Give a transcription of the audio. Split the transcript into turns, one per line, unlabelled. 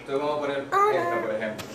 Entonces vamos a poner
Ah,
esta,
no.
por ejemplo.